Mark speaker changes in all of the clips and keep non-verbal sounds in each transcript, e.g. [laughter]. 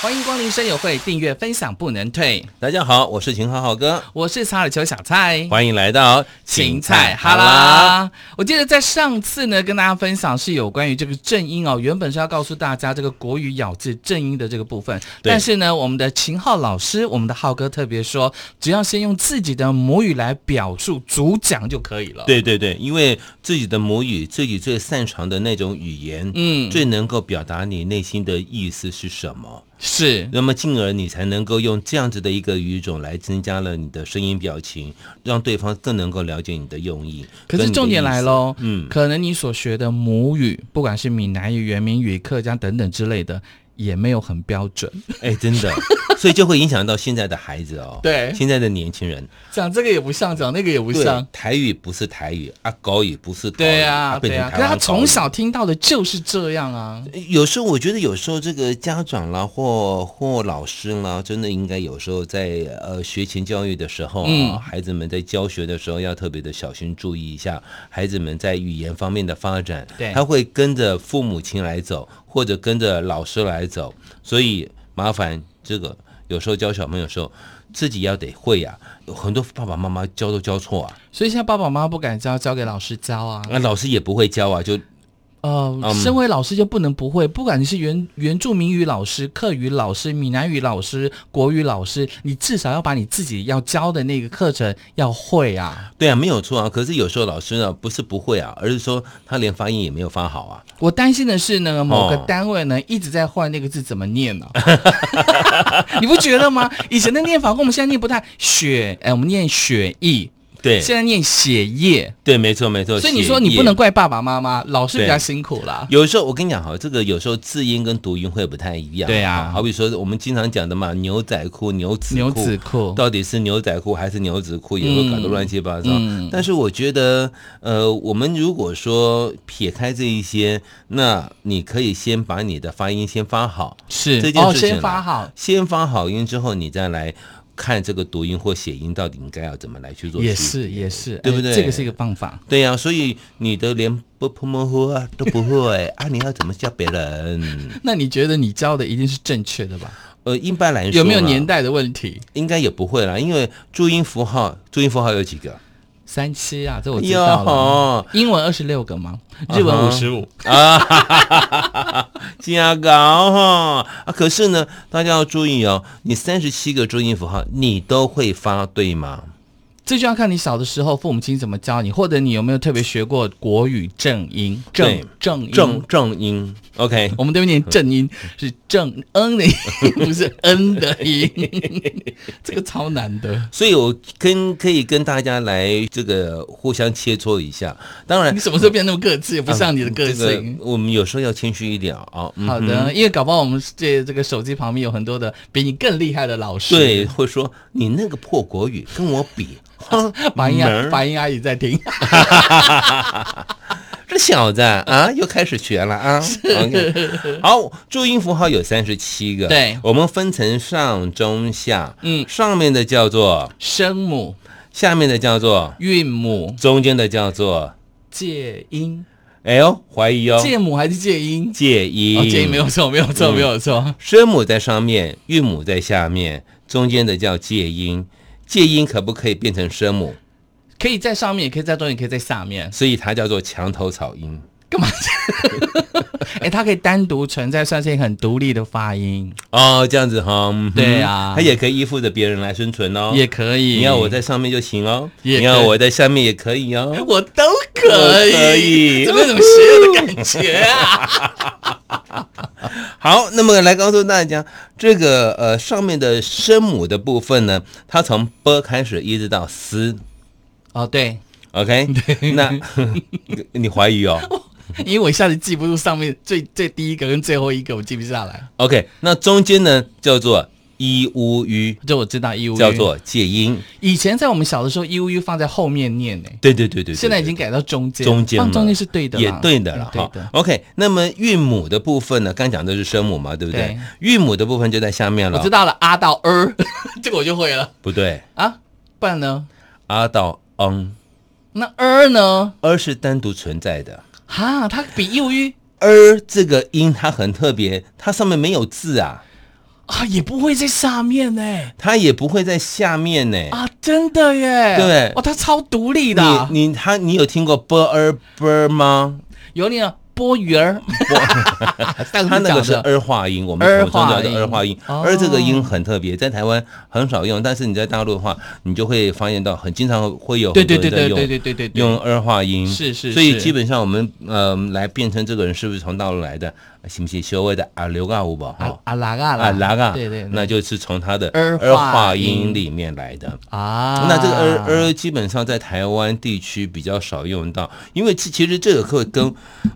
Speaker 1: 欢迎光临声友会，订阅分享不能退。
Speaker 2: 大家好，我是秦浩浩哥，
Speaker 1: 我是查尔球小蔡，
Speaker 2: 欢迎来到
Speaker 1: 哎芹菜哈啦！我记得在上次呢，跟大家分享是有关于这个正音哦，原本是要告诉大家这个国语咬字正音的这个部分，
Speaker 2: 对
Speaker 1: 但是呢，我们的秦昊老师，我们的浩哥特别说，只要先用自己的母语来表述主讲就可以了。，
Speaker 2: 对对对，因为自己的母语，自己最擅长的那种语言，
Speaker 1: 嗯，
Speaker 2: 最能够表达你内心的意思是什么，
Speaker 1: 是
Speaker 2: 那么进而你才能够用这样子的一个语种来增加了你的声音表情，让对方更能够了解你的用意。
Speaker 1: 可是
Speaker 2: 跟你的
Speaker 1: 重点
Speaker 2: 意思
Speaker 1: 来，喽，
Speaker 2: 嗯
Speaker 1: 可能你所学的母语，不管是闽南语、原民语、客家等等之类的，也没有很标准。
Speaker 2: 哎，真的，
Speaker 1: [laughs]
Speaker 2: 所以就会影响到现在的孩子哦，
Speaker 1: 对
Speaker 2: 现在的年轻人，
Speaker 1: 讲这个也不像，讲那个也不
Speaker 2: 对
Speaker 1: 像，。
Speaker 2: 台语不是台语，啊，狗语不是狗语
Speaker 1: 对呀，
Speaker 2: 变
Speaker 1: 对
Speaker 2: 成
Speaker 1: 呀。可
Speaker 2: 台
Speaker 1: 是
Speaker 2: 湾
Speaker 1: 他
Speaker 2: 狗语
Speaker 1: 从小听到的就是这样啊。
Speaker 2: 有时候我觉得，有时候这个家长啦，或或老师啦，真的应该有时候在呃学前教育的时候啊，
Speaker 1: 嗯
Speaker 2: 孩子们在教学的时候要特别的小心注意一下，孩子们在语言方面的发展，
Speaker 1: 对
Speaker 2: 他会跟着父母亲来走，或者跟着老师来走，所以麻烦这个有时候教小朋友的时候，自己要得会呀、有很多爸爸妈妈教都教错啊，
Speaker 1: 所以现在爸爸妈妈不敢教，交给老师教啊。
Speaker 2: 那老师也不会教啊，就
Speaker 1: 呃，
Speaker 2: 嗯
Speaker 1: 身为老师就不能不会，不管你是原原住民语老师、客语老师、闽南语老师、国语老师，你至少要把你自己要教的那个课程要会啊。
Speaker 2: 对啊，没有错啊。可是有时候老师呢，不是不会啊，而是说他连发音也没有发好啊。
Speaker 1: 我担心的是呢，某个
Speaker 2: 哦
Speaker 1: 单位呢、一直在换那个字怎么念
Speaker 2: [laughs]
Speaker 1: 呢、你不觉得吗？以前的念法跟我们现在念不太血，哎，我们念血液，
Speaker 2: 对
Speaker 1: 现在念血液，
Speaker 2: 对，没错没错。
Speaker 1: 所以你
Speaker 2: 写
Speaker 1: 说你
Speaker 2: 页
Speaker 1: 不能。怪爸爸妈妈，老师比较
Speaker 2: 对
Speaker 1: 辛苦啦。
Speaker 2: 有时候我跟你讲哈，这个有时候字音跟读音会不太一样。
Speaker 1: 对啊
Speaker 2: 好比说我们经常讲的嘛，牛仔裤、牛子裤，
Speaker 1: 牛仔裤，
Speaker 2: 到底是牛仔裤还是牛子裤，也会搞得乱七八糟。
Speaker 1: 嗯
Speaker 2: 但是我觉得，呃，我们如果说撇开这一些，那你可以先把你的发音先发好，
Speaker 1: 是
Speaker 2: 这件
Speaker 1: 哦，
Speaker 2: 事情啊
Speaker 1: 先
Speaker 2: 啦
Speaker 1: 发好，
Speaker 2: 先发好音之后，你再来看这个读音或写音到底应该要怎么来去做区别。
Speaker 1: 也是也是，
Speaker 2: 对不
Speaker 1: 哎
Speaker 2: 对
Speaker 1: 这个是一个方法。
Speaker 2: 对呀、所以你的连不不模糊啊都不会啊，你要怎么教别
Speaker 1: [laughs]
Speaker 2: 人？
Speaker 1: 那你觉得你教的一定是正确的吧？
Speaker 2: 呃，一般来说
Speaker 1: 有没有年
Speaker 2: 代？
Speaker 1: 代的问题？
Speaker 2: 应该也不会啦，因为注音符号，注音符号有几个？哎
Speaker 1: 三七啊，这我知道了。
Speaker 2: 哟
Speaker 1: 英文二十六个吗？
Speaker 2: 啊哈
Speaker 1: 日文五十五。
Speaker 2: 加高哈啊！可是呢，大家要注意哦，你三十七个注音符号你都会发对吗？
Speaker 1: 这就要看你小的时候父母亲怎么教你，或者你有没有特别学过国语正音正
Speaker 2: 对
Speaker 1: 正音。
Speaker 2: 正正音，OK，
Speaker 1: 我们这边念正音是正嗯的音，不是嗯的
Speaker 2: [laughs]
Speaker 1: 音，这个超难的。
Speaker 2: 所以我跟可以跟大家来这个互相切磋一下。当然嗯
Speaker 1: 你，什么时候变那么个性？不像你的个
Speaker 2: 这
Speaker 1: 性。
Speaker 2: 个我们有时候要谦虚一点啊。嗯
Speaker 1: 好的，因为搞不好我们这这个手机旁边有很多的比你更厉害的老师，
Speaker 2: 对，，会说你那个破国语跟我比，
Speaker 1: [laughs]
Speaker 2: 啊哼，
Speaker 1: 法音
Speaker 2: 门
Speaker 1: 阿
Speaker 2: 儿
Speaker 1: 法音阿姨在听。
Speaker 2: 这小子啊，又开始学了
Speaker 1: [laughs]
Speaker 2: 啊。OK，好，注音符号有三十七个，
Speaker 1: 对
Speaker 2: 我们分成上、中、下，
Speaker 1: 嗯
Speaker 2: 上面的叫做，
Speaker 1: 声母、
Speaker 2: 下面的叫做，
Speaker 1: 韵母、
Speaker 2: 中间的叫做，
Speaker 1: 介音，
Speaker 2: 哎呦，怀疑哦，
Speaker 1: 介母还是介音？
Speaker 2: 介音，
Speaker 1: 哦，介音没有错，没有错，
Speaker 2: 嗯
Speaker 1: 没有错。
Speaker 2: 声母在上面，韵母在下面，中间的叫介音。介音可不可以变成声母？
Speaker 1: 可以在上面，也可以在中间，也可以在下面。
Speaker 2: 所以它叫做墙头草音。
Speaker 1: 干嘛？哎，它可以单独存在，算是一个很独立的发音，
Speaker 2: 哦，这样子哈。嗯哼
Speaker 1: 对啊
Speaker 2: 它也可以依附着别人来生存哦。
Speaker 1: 也可以。
Speaker 2: 你要我在上面就行哦，
Speaker 1: 也可以
Speaker 2: 你要我在下面也可以哦。
Speaker 1: [laughs] 我都可以，
Speaker 2: 我可以
Speaker 1: 怎么有种邪恶的感觉
Speaker 2: [laughs]
Speaker 1: 啊？
Speaker 2: 好，那么来告诉大家，这个呃上面的声母的部分呢，它从 b 开始一直到 s。
Speaker 1: 哦，对， [laughs]
Speaker 2: OK，那 [laughs] 你你怀疑哦
Speaker 1: 因为我一下子记不住上面最最第一个跟最后一个，我记不下来。
Speaker 2: ？OK，那中间呢叫做一乌吁
Speaker 1: 这我知道义乌
Speaker 2: 叫做介音。
Speaker 1: 以前在我们小的时候，义乌 U 放在后面念呢、
Speaker 2: 对对对对对，
Speaker 1: 现在已经
Speaker 2: 对
Speaker 1: 改到中间，
Speaker 2: 中间
Speaker 1: 放
Speaker 2: 了
Speaker 1: 中间是对的啦，
Speaker 2: 也对的了
Speaker 1: 嗯对
Speaker 2: 哈
Speaker 1: 的。。
Speaker 2: OK，那么韵母的部分呢？刚讲的是声母嘛，对不对
Speaker 1: 对？
Speaker 2: 韵母的部分就在下面
Speaker 1: 我
Speaker 2: 了
Speaker 1: 知，道了，a 到 er，这 [laughs] 个我就会了
Speaker 2: 不对，
Speaker 1: 啊。不然呢？
Speaker 2: 啊到嗯，
Speaker 1: 那 er 呢？
Speaker 2: 而是单独存在的。
Speaker 1: 哈，它比义乌 U
Speaker 2: 而这个音它很特别，它上面没有字啊，
Speaker 1: 啊也不会在下面呢、
Speaker 2: 它也不会在下面呢。
Speaker 1: 啊，真的耶！
Speaker 2: 对
Speaker 1: 哦，它超独立的啊，
Speaker 2: 你你它你有听过 b er b 吗？
Speaker 1: 有点波鱼
Speaker 2: [laughs]
Speaker 1: 儿，上
Speaker 2: 它
Speaker 1: 次
Speaker 2: 那个
Speaker 1: 讲
Speaker 2: 是
Speaker 1: 的
Speaker 2: 儿化音，我们
Speaker 1: 儿
Speaker 2: 统称叫
Speaker 1: 化
Speaker 2: 做
Speaker 1: 音
Speaker 2: 儿化音。
Speaker 1: 哦
Speaker 2: 儿这个音很特别，在台湾很少用，但是你在大陆的话，你就会发现到很经常会有
Speaker 1: 对
Speaker 2: 很多
Speaker 1: 对对
Speaker 2: 人在
Speaker 1: 对
Speaker 2: 用
Speaker 1: 对对对对对，
Speaker 2: 用儿化音，
Speaker 1: 是是
Speaker 2: 所以
Speaker 1: 是
Speaker 2: 基本上我们呃来辨称这个人是不是从大陆来的，是不是所谓的啊刘嘎五宝
Speaker 1: 啊
Speaker 2: 哈
Speaker 1: 啊拉嘎啦
Speaker 2: 啊拉嘎，
Speaker 1: 对对，对
Speaker 2: 那就是从他的
Speaker 1: 儿化
Speaker 2: 儿化
Speaker 1: 音
Speaker 2: 音里面来的。
Speaker 1: 啊，
Speaker 2: 那这个儿儿基本上在台湾地区比较少用到，因为其其实这个课跟，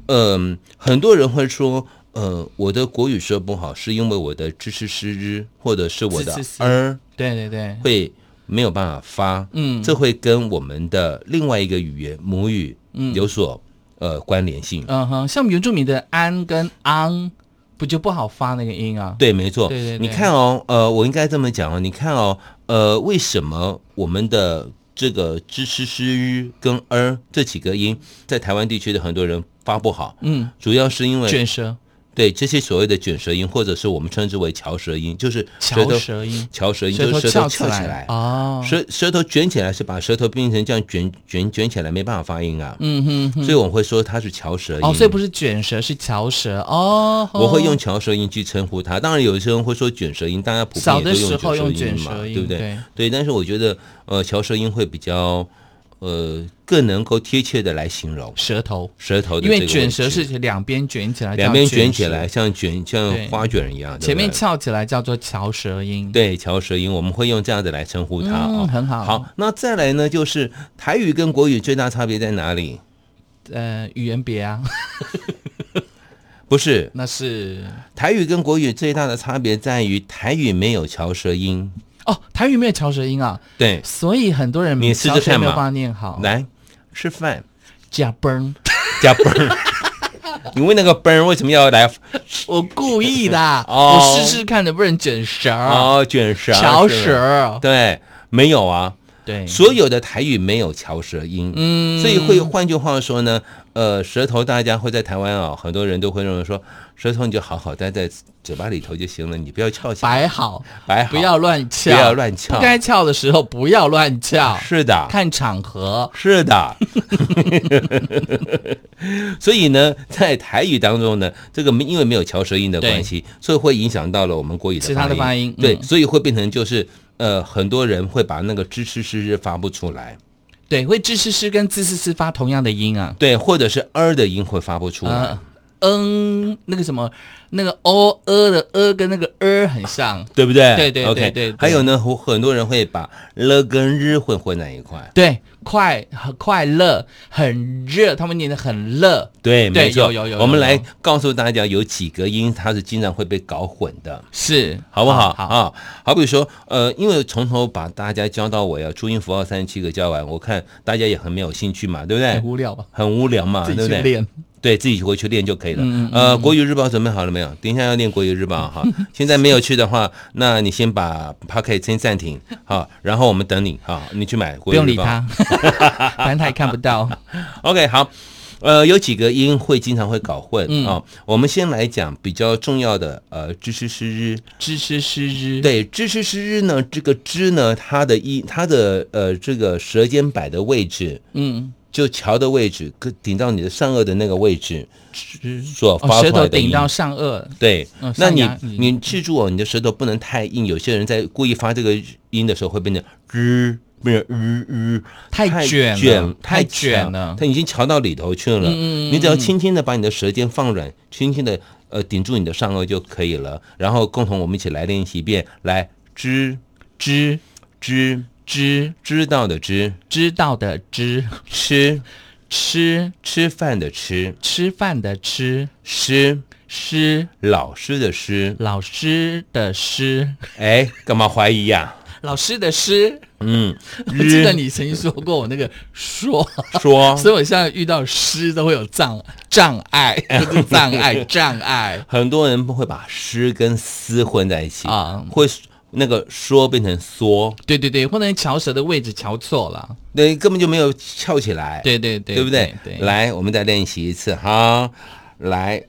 Speaker 2: 嗯、很多人会说，呃，我的国语说不好，是因为我的知识失之，或者是我的
Speaker 1: 吱吱吱
Speaker 2: 儿
Speaker 1: 对对对，
Speaker 2: 会没有办法发，
Speaker 1: 嗯
Speaker 2: 这会跟我们的另外一个语言母语有所、呃关联性。
Speaker 1: 嗯哼，像原住民的安跟昂，不就不好发那个音啊？
Speaker 2: 对，没错。
Speaker 1: 对对对
Speaker 2: 你看哦，呃，我应该这么讲哦，你看哦，呃，为什么我们的这个知吃诗跟儿这几个音，在台湾地区的很多人发不好，
Speaker 1: 嗯，
Speaker 2: 主要是因为
Speaker 1: 卷舌、
Speaker 2: 对这些所谓的卷舌音，或者是我们称之为翘舌音，就是舌
Speaker 1: 翘
Speaker 2: 头
Speaker 1: 舌音、
Speaker 2: 翘舌音，
Speaker 1: 舌
Speaker 2: 就是舌
Speaker 1: 翘
Speaker 2: 头翘起来。
Speaker 1: 哦，
Speaker 2: 舌舌头卷起来是把舌头变成这样卷卷卷起来，没办法发音啊，
Speaker 1: 嗯哼哼，
Speaker 2: 所以我会说它是翘舌音。
Speaker 1: 哦，所以不是卷舌，是翘舌哦。
Speaker 2: 我会用翘舌音去称呼它。当然，有些人会说卷舌音，大家普遍
Speaker 1: 小
Speaker 2: 也
Speaker 1: 的
Speaker 2: 都
Speaker 1: 时候用
Speaker 2: 用
Speaker 1: 卷
Speaker 2: 卷嘛，
Speaker 1: 舌音，
Speaker 2: 对不对？
Speaker 1: 对？
Speaker 2: 但是我觉得，呃，翘舌音会比较，呃，更能够贴切的来形容
Speaker 1: 舌头，
Speaker 2: 舌头的
Speaker 1: 因为
Speaker 2: 这个
Speaker 1: 卷
Speaker 2: 位
Speaker 1: 舌
Speaker 2: 置
Speaker 1: 是两边卷起来，
Speaker 2: 两
Speaker 1: 叫
Speaker 2: 边
Speaker 1: 卷
Speaker 2: 卷起
Speaker 1: 舌
Speaker 2: 来，像卷像
Speaker 1: 对
Speaker 2: 花卷一样，对
Speaker 1: 前
Speaker 2: 不
Speaker 1: 面
Speaker 2: 对
Speaker 1: 翘起来叫做翘舌音。，
Speaker 2: 对翘舌音，我们会用这样子来称呼它
Speaker 1: 嗯
Speaker 2: 哦。
Speaker 1: 很好
Speaker 2: 好，那再来呢，就是台语跟国语最大差别在哪里？
Speaker 1: 呃，语言别
Speaker 2: [laughs]
Speaker 1: 啊，
Speaker 2: 不是
Speaker 1: 那是
Speaker 2: 台语跟国语最大的差别在于台语没有翘舌音，
Speaker 1: 哦，台语没有翘舌音啊，
Speaker 2: 对，
Speaker 1: 所以很多人
Speaker 2: 你试试
Speaker 1: 翘舌
Speaker 2: 看
Speaker 1: 没有
Speaker 2: 嘛
Speaker 1: 办法念好。
Speaker 2: 来吃饭。
Speaker 1: 假崩，
Speaker 2: 加崩儿。 [laughs] 你问那个崩儿为什么要来
Speaker 1: 我故意的，
Speaker 2: [laughs] 哦
Speaker 1: 我试试看能不能卷舌儿、
Speaker 2: 哦卷舌？
Speaker 1: 翘舌
Speaker 2: 是吧
Speaker 1: 儿。
Speaker 2: 对，没有啊，
Speaker 1: 对，
Speaker 2: 所有的台语没有翘舌音，
Speaker 1: 嗯
Speaker 2: 所以会换句话说呢，呃，舌头大家会在台湾啊、很多人都会认为说，舌头你就好好待在嘴巴里头就行了，你不要翘起来，
Speaker 1: 摆好，
Speaker 2: 摆好，
Speaker 1: 不要乱翘，
Speaker 2: 不要乱翘
Speaker 1: 不该翘的时候不要乱翘，
Speaker 2: 是的，
Speaker 1: 看场合。
Speaker 2: 是的， [laughs] 所以呢，在台语当中呢，这个没因为没有翘舌音的关系，所以会影响到了我们国语的
Speaker 1: 其他的发音嗯
Speaker 2: 对，所以会变成就是呃，很多人会把那个支持诗是发不出来，
Speaker 1: 对，会知诗诗跟自诗诗发同样的音啊。
Speaker 2: 对，或者是儿的音会发不出来。
Speaker 1: 呃，嗯，那个什么，那个 o 呃的呃跟那个呃很像。
Speaker 2: 对不对？
Speaker 1: 对对对
Speaker 2: o k
Speaker 1: 对对
Speaker 2: 还有呢，很很多人会把了跟日混混在一块。
Speaker 1: 对，快很快乐，很热，他们念的很热。
Speaker 2: 对，
Speaker 1: 对
Speaker 2: 没错。
Speaker 1: 有有有有
Speaker 2: 我们
Speaker 1: 有
Speaker 2: 来告诉大家，有几个音它是经常会被搞混的。
Speaker 1: 是，
Speaker 2: 好不好？
Speaker 1: 好，
Speaker 2: 啊，好比说，呃，因为从头把大家教到尾啊，注音符号三十七个教完，我看大家也很没有兴趣嘛，对不对
Speaker 1: 哎很？无聊吧？
Speaker 2: 很无聊嘛，
Speaker 1: 自
Speaker 2: 对
Speaker 1: 己
Speaker 2: 不
Speaker 1: 去
Speaker 2: 对？
Speaker 1: 练。
Speaker 2: 对自己回去练就可以了。
Speaker 1: 嗯嗯
Speaker 2: 呃，国语日报准备好了没有？等一下要练国语日
Speaker 1: [laughs]
Speaker 2: 报哈。现在没有去的话，那你先把 p o c k e t 先暂停好，然后我们等你哈，你去买国
Speaker 1: 不
Speaker 2: 语日报。
Speaker 1: 用理他，反正他 [laughs] 也看不到。
Speaker 2: OK，好，呃，有几个音会经常会搞混
Speaker 1: 嗯
Speaker 2: 啊、我们先来讲比较重要的，呃，知识诗日。
Speaker 1: 知诗诗之，
Speaker 2: 对，知是之日呢，这个之呢，它的一它的呃这个舌尖摆的位置，
Speaker 1: 嗯，
Speaker 2: 就桥的位置，跟顶到你的上颚的那个位置
Speaker 1: 知
Speaker 2: 所
Speaker 1: 哦，
Speaker 2: 发
Speaker 1: 舌
Speaker 2: 出
Speaker 1: 头
Speaker 2: 来的
Speaker 1: 顶
Speaker 2: 音。
Speaker 1: 到上颚。
Speaker 2: 对，
Speaker 1: 嗯
Speaker 2: 那
Speaker 1: 上
Speaker 2: 你
Speaker 1: 牙
Speaker 2: 你记住哦，你的舌头不能太硬。有些人在故意发这个音的时候，会变成吱，变成嗯嗯，
Speaker 1: 太卷了
Speaker 2: 卷，
Speaker 1: 太卷
Speaker 2: 强
Speaker 1: 了
Speaker 2: 它已经翘到里头去了。
Speaker 1: 嗯嗯嗯
Speaker 2: 你只要轻轻的把你的舌尖放软，轻轻的呃顶住你的上颚就可以了。然后共同我们一起来练习一遍，来吱
Speaker 1: 知
Speaker 2: 知知知道的知，
Speaker 1: 知道的知，
Speaker 2: 吃
Speaker 1: [laughs] 吃
Speaker 2: 吃饭的吃，
Speaker 1: 吃饭的吃，
Speaker 2: 诗
Speaker 1: 师
Speaker 2: 老师的师，
Speaker 1: 老师的师，
Speaker 2: 哎，干嘛怀疑呀、
Speaker 1: 老师的师。
Speaker 2: 嗯，
Speaker 1: 我记得
Speaker 2: 日
Speaker 1: 你曾经说过我那个说，
Speaker 2: 说
Speaker 1: 所以我现在遇到诗都会有障障碍，
Speaker 2: 哎
Speaker 1: 不是障碍 [laughs] 障碍。
Speaker 2: 很多人会把诗跟思混在一起
Speaker 1: 啊
Speaker 2: 会那个说变成缩，
Speaker 1: 对对对，或者翘舌的位置翘错了。
Speaker 2: 那根本就没有翘起来，
Speaker 1: 对对对，
Speaker 2: 对不对？
Speaker 1: 对，
Speaker 2: 来，我们再练习一次哈，来，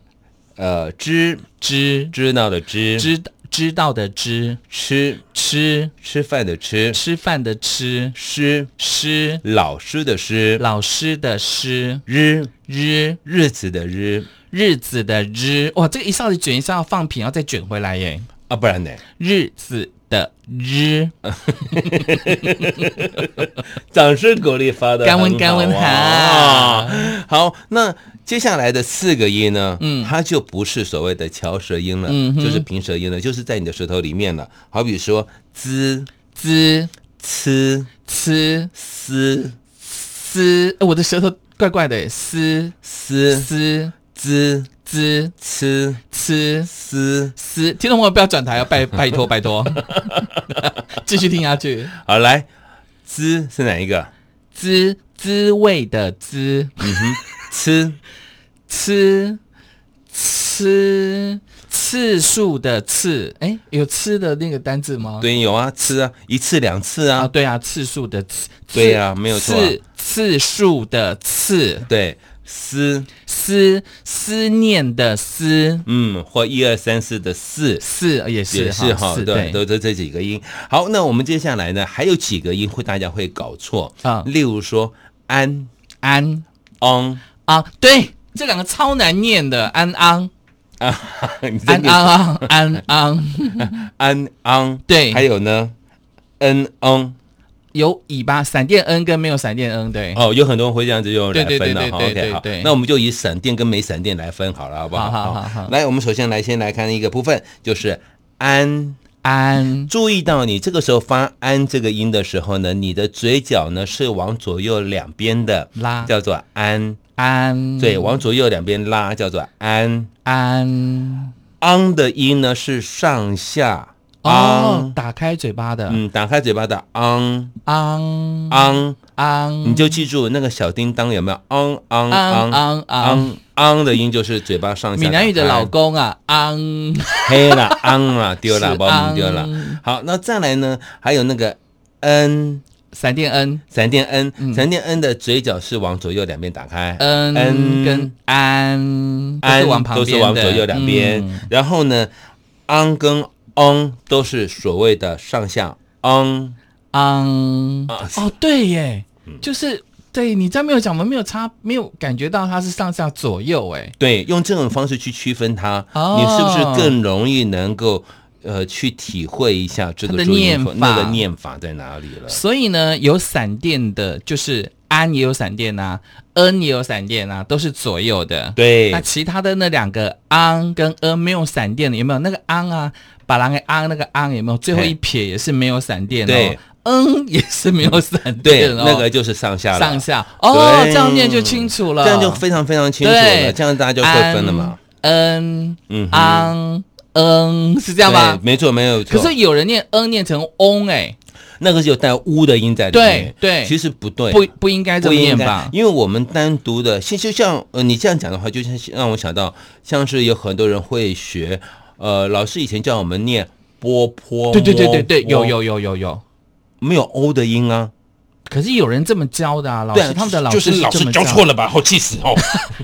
Speaker 2: 呃，知
Speaker 1: 知
Speaker 2: 知道的知，
Speaker 1: 知知道的知，
Speaker 2: 吃
Speaker 1: 吃
Speaker 2: 吃饭的吃，
Speaker 1: 吃饭的吃，
Speaker 2: 诗
Speaker 1: 师
Speaker 2: 老师的诗，
Speaker 1: 老师的师，
Speaker 2: 日
Speaker 1: 日
Speaker 2: 日子的日
Speaker 1: 日子的日。哇，这个一下子卷一下要放平，然后再卷回来耶。
Speaker 2: 啊，不然呢？
Speaker 1: 日子的日，
Speaker 2: 掌声鼓励发的、
Speaker 1: 感恩感恩
Speaker 2: 哈。好，那接下来的四个音呢？
Speaker 1: 嗯
Speaker 2: 它就不是所谓的翘舌音了，
Speaker 1: 嗯哼
Speaker 2: 就是平舌音了，就是在你的舌头里面了。好比说滋、
Speaker 1: 滋
Speaker 2: 呲、
Speaker 1: 呲
Speaker 2: 丝、
Speaker 1: 丝，哎我的舌头怪怪的，丝
Speaker 2: 丝、
Speaker 1: 丝
Speaker 2: 滋、
Speaker 1: 滋
Speaker 2: 呲、
Speaker 1: 呲
Speaker 2: 丝。
Speaker 1: 丝。听众朋友不要转台哦，
Speaker 2: [laughs]
Speaker 1: 拜拜托拜托， [laughs] 继续听下去。
Speaker 2: 好，来，滋是哪一个？
Speaker 1: 滋滋味的滋，
Speaker 2: 呲、
Speaker 1: 吃吃次数的次，哎，有吃的那个单字吗？
Speaker 2: 对，有啊，呲啊，一次两次
Speaker 1: 啊，
Speaker 2: 啊，
Speaker 1: 对啊，次数的次，
Speaker 2: 对啊没有错啊
Speaker 1: 次次数的次，
Speaker 2: 对，丝。
Speaker 1: 思思念的思，
Speaker 2: 嗯，或一二三四的四。
Speaker 1: 四也是
Speaker 2: 也是哈，
Speaker 1: 四
Speaker 2: 对，啊都
Speaker 1: 对，
Speaker 2: 都这几个音。好，那我们接下来呢，还有几个音会大家会搞错
Speaker 1: 啊
Speaker 2: 例如说安、
Speaker 1: 安
Speaker 2: on
Speaker 1: 啊，对，这两个超难念的，安安
Speaker 2: 啊， [laughs] 你这
Speaker 1: 安
Speaker 2: 个
Speaker 1: 安啊，安安， [laughs]
Speaker 2: 安 on
Speaker 1: 对
Speaker 2: 还有呢，n on
Speaker 1: 有尾巴闪电恩跟没有闪电恩，对，
Speaker 2: 哦，有很多人会这样子用来
Speaker 1: 对对
Speaker 2: 分
Speaker 1: 对
Speaker 2: 了
Speaker 1: 对
Speaker 2: 哈。
Speaker 1: 对
Speaker 2: OK，好
Speaker 1: 对对，
Speaker 2: 那我们就以闪电跟没闪电来分好了，好不好？
Speaker 1: 好好好好
Speaker 2: 来，我们首先来先来看一个部分，就是安。
Speaker 1: 安
Speaker 2: 注意到你这个时候发安这个音的时候呢，你的嘴角呢是往左右两边的
Speaker 1: 拉
Speaker 2: 叫做安。
Speaker 1: 安，
Speaker 2: 对，往左右两边拉叫做安。
Speaker 1: 安
Speaker 2: 昂的音呢是上下
Speaker 1: 哦
Speaker 2: 昂，，
Speaker 1: 打开嘴巴的，
Speaker 2: 嗯，啊打开嘴巴的昂
Speaker 1: 昂
Speaker 2: 昂，
Speaker 1: 昂
Speaker 2: 你就记住那个小叮当有没有昂
Speaker 1: 昂
Speaker 2: 昂嗯昂
Speaker 1: 昂昂，
Speaker 2: 昂昂的音就是嘴巴上下。
Speaker 1: 闽南语的老公啊，昂
Speaker 2: 黑了昂
Speaker 1: [laughs]
Speaker 2: 了丢了，
Speaker 1: 是
Speaker 2: 把我们丢了
Speaker 1: 昂。
Speaker 2: 好，那再来呢，还有那个嗯。
Speaker 1: 闪电恩
Speaker 2: 闪电恩，闪电恩的嘴角是往左右两边打开，
Speaker 1: 嗯恩
Speaker 2: 恩
Speaker 1: 跟安都
Speaker 2: 安
Speaker 1: 是往旁
Speaker 2: 都
Speaker 1: 边
Speaker 2: 是往
Speaker 1: 的
Speaker 2: 左右两边。
Speaker 1: 嗯
Speaker 2: 然后呢昂跟 on 都是所谓的上下 on
Speaker 1: 昂
Speaker 2: 啊嗯
Speaker 1: 哦，对耶，就是对你这样没有讲，我们没有差，没有感觉到它是上下左右哎。
Speaker 2: 对，用这种方式去区分它，
Speaker 1: 哦
Speaker 2: 你是不是更容易能够呃去体会一下这
Speaker 1: 它的
Speaker 2: 个注音符
Speaker 1: 念法
Speaker 2: 那个念法在哪里了？
Speaker 1: 所以呢，有闪电的，就是安也有闪电呐、恩也有闪电呐、都是左右的。
Speaker 2: 对
Speaker 1: 那，其他的那两个昂跟恩没有闪电的，有没有？那个昂啊，把狼给昂那个昂有没有？最后一撇也是没有闪电的、哦
Speaker 2: 对。
Speaker 1: 嗯，也是没有闪
Speaker 2: 对，
Speaker 1: 电哦。
Speaker 2: 那个就是上下了
Speaker 1: 上，下哦，
Speaker 2: 对
Speaker 1: 这样念就清楚了，
Speaker 2: 这样就非常非常清楚了，
Speaker 1: 对
Speaker 2: 这样大家就会分了嘛。
Speaker 1: 安。嗯
Speaker 2: 嗯哼，
Speaker 1: 昂嗯，是这样吧
Speaker 2: 对？没错，没有
Speaker 1: 可
Speaker 2: 错。
Speaker 1: 是有人念嗯念成翁哎、
Speaker 2: 那个就带乌的音在里面，
Speaker 1: 对对
Speaker 2: 其实不对，
Speaker 1: 不不应该这
Speaker 2: 不
Speaker 1: 么
Speaker 2: 应
Speaker 1: 念
Speaker 2: 该
Speaker 1: 吧，？
Speaker 2: 因为我们单独的，像就像呃，你这样讲的话，就像让我想到，像是有很多人会学，呃，老师以前叫我们念波波，
Speaker 1: 对对对对对，
Speaker 2: 摸
Speaker 1: 有，有有有有。
Speaker 2: 没有欧的音啊？
Speaker 1: 可是有人这么教的啊，老
Speaker 2: 对
Speaker 1: 师
Speaker 2: 啊，
Speaker 1: 他们的老
Speaker 2: 就
Speaker 1: 师
Speaker 2: 是老
Speaker 1: 这
Speaker 2: 师
Speaker 1: 么
Speaker 2: 教
Speaker 1: 教
Speaker 2: 错，了吧？好气死哦！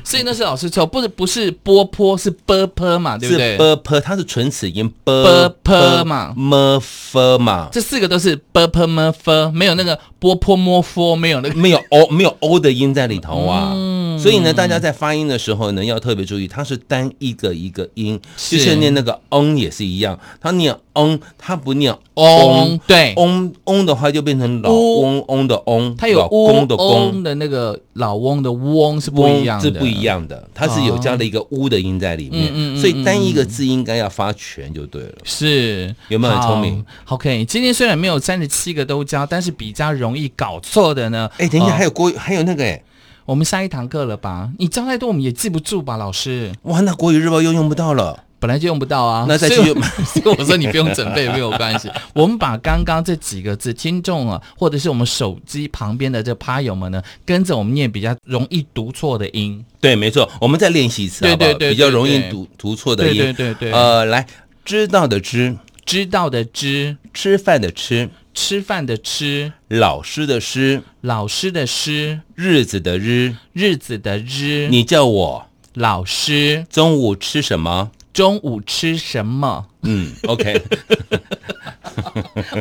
Speaker 1: 所以那是老师错，不是不是波波是波波嘛，对不
Speaker 2: 是
Speaker 1: 对？
Speaker 2: 波波，它是唇齿音
Speaker 1: 波
Speaker 2: 波
Speaker 1: 波嘛
Speaker 2: 么佛嘛，
Speaker 1: 这四个都是波波么佛，没有那个波波摸佛，没有那个
Speaker 2: 没有欧没有欧的音在里头啊。
Speaker 1: 嗯
Speaker 2: 所以呢，大家在发音的时候呢，要特别注意，它是单一个一个音，
Speaker 1: 是
Speaker 2: 就是念那个嗯也是一样，它念嗯，它不念
Speaker 1: 翁
Speaker 2: 翁，
Speaker 1: 对，
Speaker 2: 翁翁的话就变成老
Speaker 1: 乌
Speaker 2: 翁翁的翁，
Speaker 1: 它有
Speaker 2: 老公的
Speaker 1: 翁
Speaker 2: 公，
Speaker 1: 的那个老翁的翁是不
Speaker 2: 翁
Speaker 1: 一样的，哦
Speaker 2: 是不一。样的，它是有加了一个乌的音在里面，
Speaker 1: 嗯嗯嗯
Speaker 2: 所以单一个字应该要发全就对了。
Speaker 1: 是
Speaker 2: 有没有很聪明
Speaker 1: 好？OK，今天虽然没有三十七个都教，但是比较容易搞错的呢。
Speaker 2: 哎，等一下，还
Speaker 1: 有
Speaker 2: 有郭，还有那个哎，
Speaker 1: 我们下一堂课了吧？你教太多我们也记不住吧，老师？
Speaker 2: 哇，那国语日报又用不到了。
Speaker 1: 本来就用不到啊，
Speaker 2: 那再
Speaker 1: 所以
Speaker 2: 去
Speaker 1: 我 [laughs] 所以我说你不用准备没有关系。我们把刚刚这几个字，听众啊，或者是我们手机旁边的这趴友们呢，跟着我们念比较容易读错的音。
Speaker 2: 对，没错，我们再练习一次，
Speaker 1: 对
Speaker 2: 好不好？
Speaker 1: 对对
Speaker 2: 比较
Speaker 1: 对
Speaker 2: 容易
Speaker 1: 对
Speaker 2: 读读错的
Speaker 1: 对
Speaker 2: 音。
Speaker 1: 对对对，
Speaker 2: 呃，来，知道的知，
Speaker 1: 知道的知，
Speaker 2: 吃饭的吃，
Speaker 1: 吃饭的吃，
Speaker 2: 老师的师，
Speaker 1: 老师的师，
Speaker 2: 日子的日。
Speaker 1: 日子的日，
Speaker 2: 你叫我
Speaker 1: 老师
Speaker 2: 中午吃什么？
Speaker 1: 中午吃什
Speaker 2: [laughs]
Speaker 1: 么？
Speaker 2: 嗯，OK，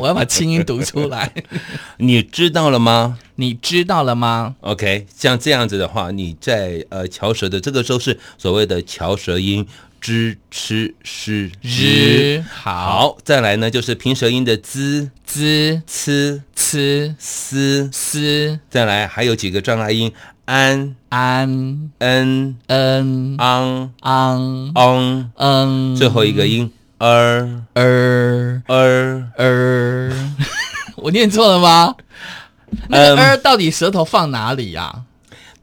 Speaker 1: 我要把清音读出
Speaker 2: [laughs]
Speaker 1: 来。
Speaker 2: 你知道了吗
Speaker 1: 你知道了吗？
Speaker 2: ？OK，像这样子的话，你在呃翘舌的这个时候是所谓的翘舌音，知、吃、诗、
Speaker 1: 日
Speaker 2: 知。
Speaker 1: 好
Speaker 2: 好，再来呢就是平舌音的滋、
Speaker 1: 滋
Speaker 2: 呲、
Speaker 1: 呲
Speaker 2: 思，
Speaker 1: 思
Speaker 2: 再来还有几个障碍音安、
Speaker 1: 安
Speaker 2: n、
Speaker 1: 恩
Speaker 2: 昂、
Speaker 1: 昂
Speaker 2: 昂，
Speaker 1: 嗯，
Speaker 2: 最后一个音儿、
Speaker 1: 儿
Speaker 2: 儿。 [laughs]
Speaker 1: 儿，我念错了吗？那个儿到底舌头放哪里啊呀、
Speaker 2: 嗯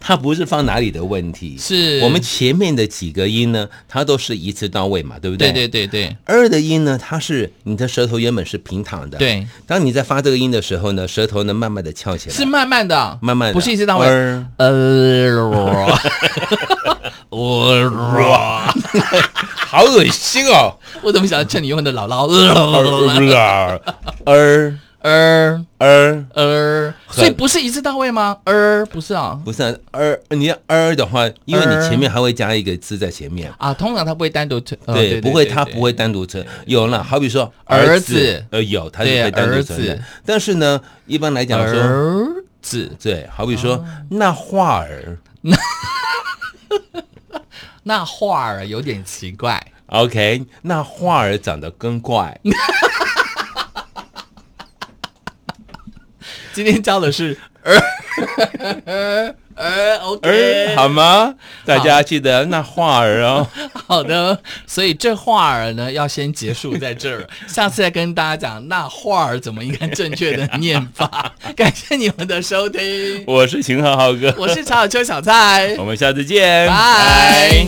Speaker 2: 它不是放哪里的问题，
Speaker 1: 是
Speaker 2: 我们前面的几个音呢，它都是一次到位嘛，对不
Speaker 1: 对
Speaker 2: 对
Speaker 1: 对对对
Speaker 2: 二的音呢，它是你的舌头原本是平躺的，。
Speaker 1: 对，
Speaker 2: 当你在发这个音的时候呢，舌头呢慢慢的翘起来，
Speaker 1: 是慢慢的，
Speaker 2: 慢，er 慢的，
Speaker 1: 不是一次到位。 [laughs]
Speaker 2: 儿 [laughs]
Speaker 1: 呃，我
Speaker 2: 好恶心哦，
Speaker 1: 我怎么想到趁你用的姥姥 [laughs]
Speaker 2: 儿 [laughs] 儿
Speaker 1: 呃
Speaker 2: 儿，
Speaker 1: 呃，所以不是一次到位吗？呃，不是啊
Speaker 2: 不是啊儿，你要儿的话，因为你前面还会加一个字在前面。
Speaker 1: 啊，通常他不会单独推，呃
Speaker 2: 对，不会，他
Speaker 1: 对
Speaker 2: 不会单独称。有了，好比说
Speaker 1: 儿
Speaker 2: 子
Speaker 1: 子，
Speaker 2: 呃，有，他就
Speaker 1: 对
Speaker 2: 会单独
Speaker 1: 儿
Speaker 2: 承
Speaker 1: 子
Speaker 2: 认。但是呢，一般来讲说，
Speaker 1: 儿哦子
Speaker 2: 对，好比说那画儿
Speaker 1: 那话儿有点奇怪。
Speaker 2: ，OK，那画儿长得更怪，
Speaker 1: [laughs] 今天教的
Speaker 2: [laughs]
Speaker 1: 是儿 [laughs] 儿 OK
Speaker 2: 儿好吗？大家记得那画儿哦。
Speaker 1: 好的，所以这话儿呢要先结束在这
Speaker 2: [laughs]
Speaker 1: 儿，下次再跟大家讲那话儿怎么应该正确的念
Speaker 2: [laughs]
Speaker 1: 法。感谢你们的收听，
Speaker 2: 我是秦浩浩哥，
Speaker 1: 我是曹小秋小蔡，
Speaker 2: 我们下次见，
Speaker 1: 拜。